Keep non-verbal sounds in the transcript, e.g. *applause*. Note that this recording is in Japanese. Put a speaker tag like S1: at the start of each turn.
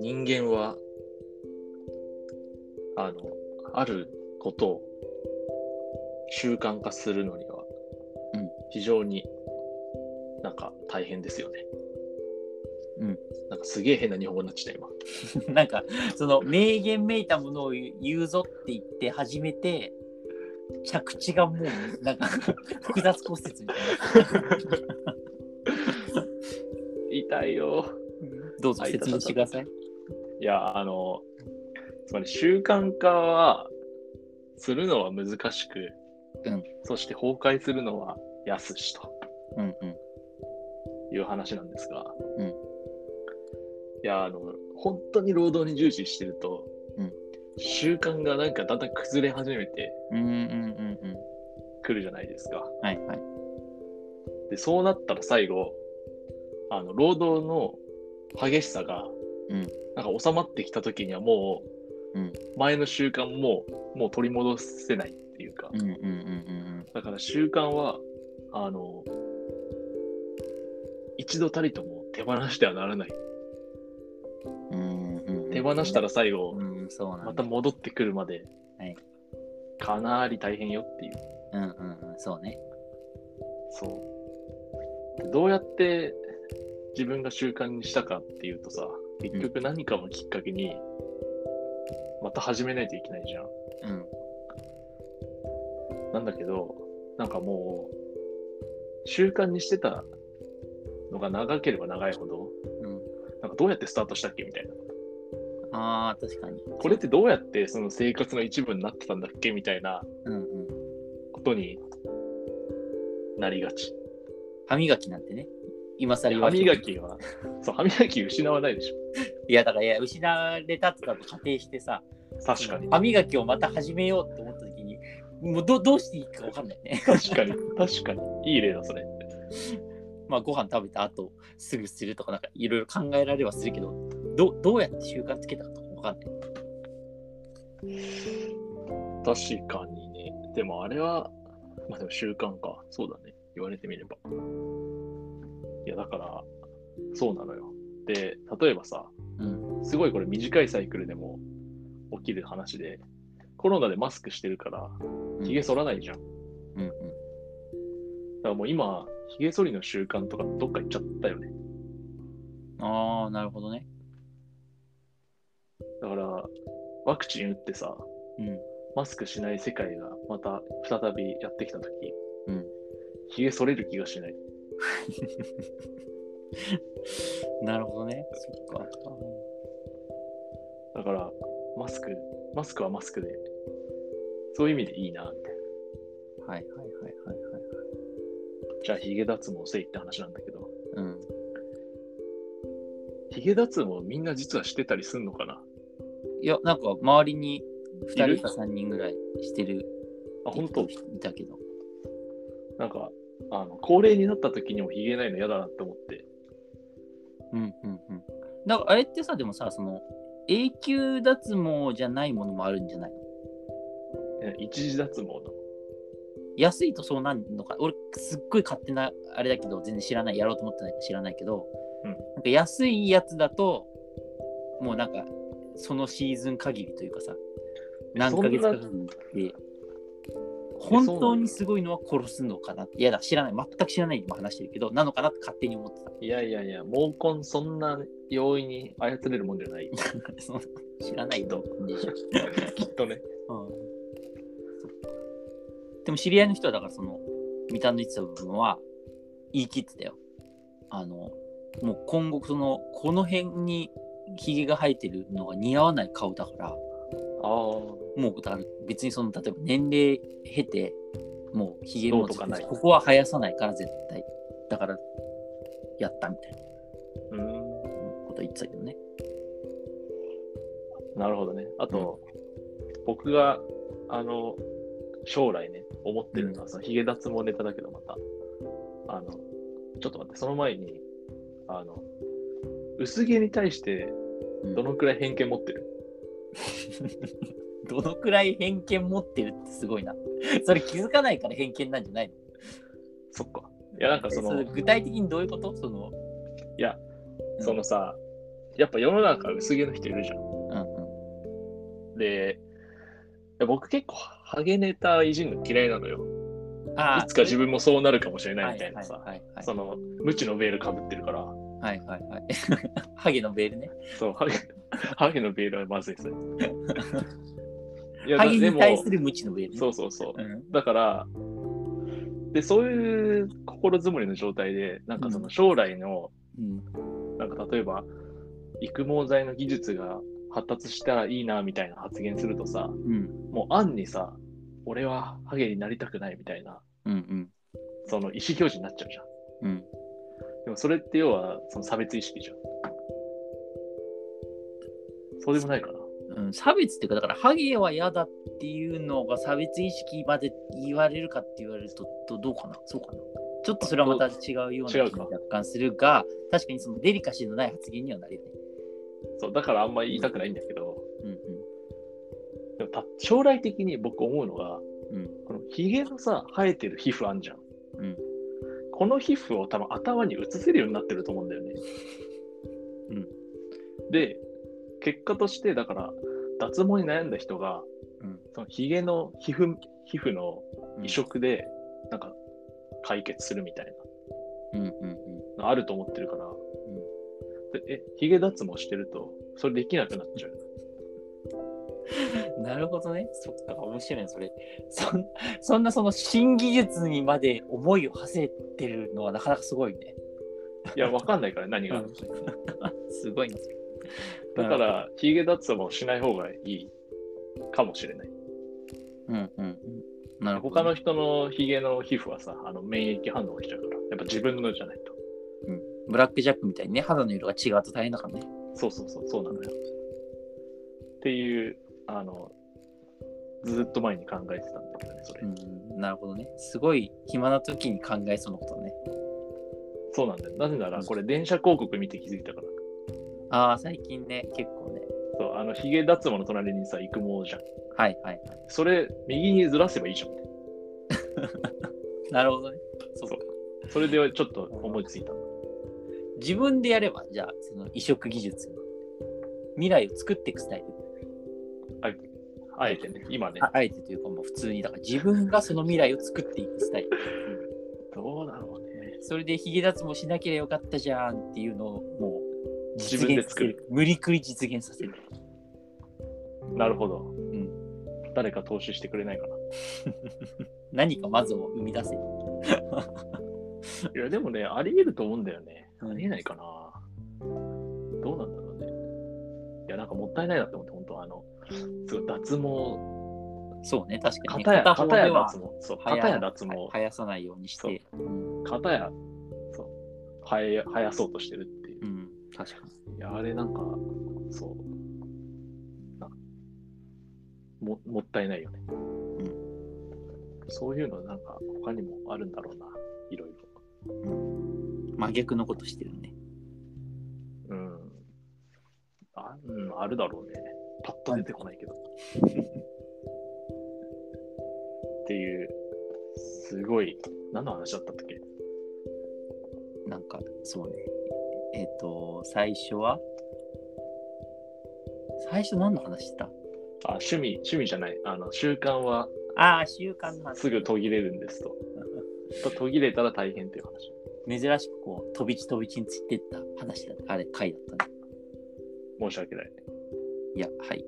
S1: 人間はあのあることを習慣化するのには、
S2: うん
S1: 非常になんか大変ですよね。
S2: うん、
S1: なんかすげえ変な日本語になっちゃった今。
S2: *laughs* なんかその名言めいたものを言うぞって言って始めて着地がもうなんか *laughs* 複雑骨折みた
S1: 痛
S2: い *laughs*
S1: いよ。
S2: などうぞ説明してください
S1: いや、あの、つまり習慣化はするのは難しく、
S2: うん
S1: そして崩壊するのは安しと
S2: うんうん
S1: いう話なんですが、
S2: うん
S1: いや、あの、本当に労働に従事してると、
S2: うん
S1: 習慣がなんかだんだん崩れ始めて
S2: うんうんうんうん
S1: くるじゃないですか。
S2: はいはい
S1: で、そうなったら最後、あの、労働の激しさが、
S2: うん
S1: なんか収まってきた時にはもう、
S2: うん
S1: 前の習慣も、もう取り戻せないっていうか、
S2: うんうんうん
S1: だから習慣は、あの、一度たりとも手放してはならない。
S2: うんうんうんうん
S1: 手放したら最後、
S2: うんそうな
S1: ま
S2: ん
S1: た
S2: だ
S1: 戻ってくるまで、
S2: はい
S1: かなり大変よっていう。
S2: うんうんうんそうね
S1: そう。どうやって自分が習慣にしたかっていうとさ、結局何かをきっかけに、また始めないといけないじゃん。
S2: うん
S1: なんだけど、なんかもう、習慣にしてたのが長ければ長いほど、
S2: うん
S1: なんかどうやってスタートしたっけみたいな。
S2: あー確かに
S1: これってどうやってその生活の一部になってたんだっけみたいな
S2: うんうん
S1: ことになりがち。
S2: 歯磨きなんてね今更言
S1: 歯
S2: われても
S1: 磨きは、そう、歯磨き失わないでしょ。
S2: いやだからいや失われたってだと仮定してさ
S1: 確かに。
S2: 歯磨きをまた始めようって思った時にもうどどうしていいか分かんないね *laughs*
S1: 確かに。確かに。いい例だ、それ。
S2: まあご飯食べた後すぐするとかなんかいろいろ考えられはするけどどどうやって習慣つけたかとか分かんない
S1: 確かにね。でもあれは、まあでも習慣か。そうだね。言われてみれば。いや、だから、そうなのよ。で、例えばさ、
S2: うん
S1: すごいこれ短いサイクルでも起きる話で、コロナでマスクしてるから、
S2: うん
S1: 髭剃らないじゃん。
S2: うんう
S1: だ
S2: ん
S1: からもう今、髭剃りの習慣とかどっか行っちゃったよね。
S2: ああなるほどね
S1: だから、ワクチン打ってさ、
S2: うん
S1: マスクしない世界がまた再びやってきたとき、
S2: うん
S1: 髭剃れる気がしない。
S2: なるほどねそっか
S1: だから、マスク、マスクはマスクで、そういう意味でいいな、みたいな。
S2: はいはいはいはいはい
S1: じゃあ、髭脱毛せいって話なんだけど、
S2: うん
S1: 髭脱毛みんな実はしてたりすんのかない
S2: やなんか周りに
S1: い
S2: 2
S1: る
S2: 人か3人ぐらいしてる
S1: あ、本当
S2: いたけど
S1: なんか、あの、高齢になった時にも髭ないの嫌だなって思って。
S2: うんうんうんだからあれってさでもさその永久脱毛じゃないものもあるんじゃない
S1: え一時脱毛の。
S2: 安いとそうなんのか俺すっごい勝手なあれだけど全然知らないやろうと思ってないから知らないけど、
S1: うん
S2: なんか安いやつだともうなんかそのシーズン限りというかさ何ヶ月か限りで本当にすごいのは殺すのかなっていやだ知らない全く知らないにも話してるけどなのかなって勝手に思ってた *laughs*
S1: いやいやいや、毛根そんな容易に操れるもんじゃない。
S2: その知らないと、
S1: *laughs* きっとね。
S2: うんでも知り合いの人はだからその三田の言ってた部分は言い切ってたよあのもう今後そのこの辺にひげが生えてるのが似合わない顔だから
S1: ああ。
S2: もうだから別にその例えば年齢経てもうひげ
S1: ど
S2: も
S1: うとかない
S2: ここは生やさないから絶対だからやったみたいな
S1: うん。
S2: こと言ってたけどね
S1: なるほどね。あと、僕が、あの、将来ね、思ってるのは、そのヒゲ脱毛ネタだけど、また、あの、ちょっと待って、その前に、あの、薄毛に対して
S2: うん
S1: どのくらい偏見持ってる、
S2: どのくらい
S1: *laughs*
S2: 偏見持ってるってすごいなそれ気づかないから偏見なんじゃないの
S1: そっか。いや、なんかそ
S2: そ
S1: の、
S2: れ
S1: い
S2: 具体的にどういうことその、
S1: や、
S2: うん
S1: そのさ、やっぱ世の中薄毛の人いるじゃん。
S2: うんうん。
S1: で、いや僕結構ハゲネタいじるの嫌いなのよ。
S2: あ
S1: いつか自分もそうなるかもしれないみたいなさ。
S2: はいはいはい
S1: その、無知のベールかぶってるから、
S2: はいはいはい。 *laughs* ハゲのベールね。
S1: そう、ハゲハゲのベールはまずいですね。いや、
S2: ハ
S1: だ
S2: ゲ
S1: で
S2: に
S1: も、
S2: 対する無知のベールね。
S1: そうそうそう。
S2: うん。
S1: だから、で、そういう心づもりの状態で、なんかその将来の、
S2: うん。
S1: なんか例えば、育毛剤の技術が発達したらいいなみたいな発言するとさ、
S2: うん。
S1: もう暗にさ、俺はハゲになりたくないみたいな、
S2: うん。
S1: その意思表示になっちゃうじゃん。
S2: うん。
S1: でもそれって要は、その差別意識じゃん。そうでもないかな。
S2: うん、差別っていうか、だから、ハゲは嫌だっていうのが差別意識まで言われるかって言われると、どどうかなそうかなちょっとそれはまた違うような気
S1: 違う
S2: が
S1: か
S2: 若干するが、確かにそのデリカシーのない発言にはなるよね。
S1: そう、だからあんまり言いたくないんだけど、
S2: うん
S1: でもた将来的に僕思うのが、
S2: うん。うん。
S1: このヒゲのさ、生えてる皮膚あんじゃん。
S2: うん
S1: この皮膚を多分頭に移せるようになってると思うんだよね。
S2: うん
S1: で、結果として、だから、脱毛に悩んだ人が、
S2: うん
S1: そのヒゲの皮膚皮膚の
S2: うん
S1: 移植で、なんか、解決するみたい
S2: うんうんうん。
S1: な、のあると思ってるから、でえ、ヒゲ脱毛してると、それできなくなっちゃう。
S2: なるほどね。そっか、面白いね、それ。そんそんなその新技術にまで思いを馳せてるのはなかなかすごいね。
S1: いや、わかんないから、何があるの
S2: すごいな。
S1: だから、ヒゲ脱毛しない方がいいかもしれない。
S2: うんうんうん。なるほど
S1: 他
S2: ね、
S1: の人のヒゲの皮膚はさ、あの免疫反応しちゃうから、やっぱ自分のじゃないと。
S2: ブラックジャックみたいにね、肌の色が違うと大変だからね。
S1: そうそうそう、そうなのよ。っていう、あの、ずっと前に考えてたんだけどね、それ。
S2: うん、なるほどね。すごい暇な時に考えそうなことね。
S1: そうなんだよ。なぜなら、これ電車広告見て気づいたから。
S2: ああ、最近ね、結構ね。
S1: そう、あの、ヒゲ脱毛の隣にさ、育毛じゃん。
S2: はいはい。
S1: それ、右にずらせばいいじゃんって。
S2: なるほどね。そう
S1: そ
S2: か
S1: う。それでちょっと思いついた。
S2: 自分でやれば、じゃあ、その移植技術の。未来を作っていくスタイル。
S1: あえてね、今ね。
S2: ああえてというか、もう普通に、だから自分がその未来を作っていくスタイル。
S1: どうだろうね。
S2: それでヒゲ脱毛しなければよかったじゃんっていうのを、もう
S1: 自分で
S2: 実現させ。無理くり実現させる。
S1: なるほど。
S2: ん
S1: 誰か投資してくれないかな。
S2: 何かまずを生み出せ。
S1: いや、でもね、あり得ると思うんだよね。
S2: う
S1: あ
S2: ん
S1: りえないかな。どうなんだろうね。いや、なんかもったいないなって思って、本当あの、すごい脱毛、
S2: そうね、確かに、ね。
S1: 片や、
S2: 片方
S1: 片や
S2: では
S1: 脱毛、そう、
S2: はや
S1: 片や脱毛
S2: は、生やさないようにして。うん
S1: 片や、そう、生え、生やそうとしてるっていう。
S2: うん、確かに。
S1: いや、あれなんか、そう、なんかも、もったいないよね。そういうの、なんか、他にもあるんだろうな、いろいろ。
S2: 真逆のことしてるね。
S1: うん。あ,、うん、あるだろうね。パッと出てこないけど。っていう、すごい、何の話だったっけ
S2: なんか、そうね。えっ、と、最初は最初何の話してた
S1: あ、趣味、趣味じゃない。あの、習慣は
S2: ああ、習慣の話。
S1: すぐ途切れるんですと。と途切れたら大変っていう話。
S2: 珍しくこう、飛び地飛び地についてった話だ。あれ、回だったね。
S1: 申し訳ない。
S2: いや、はい。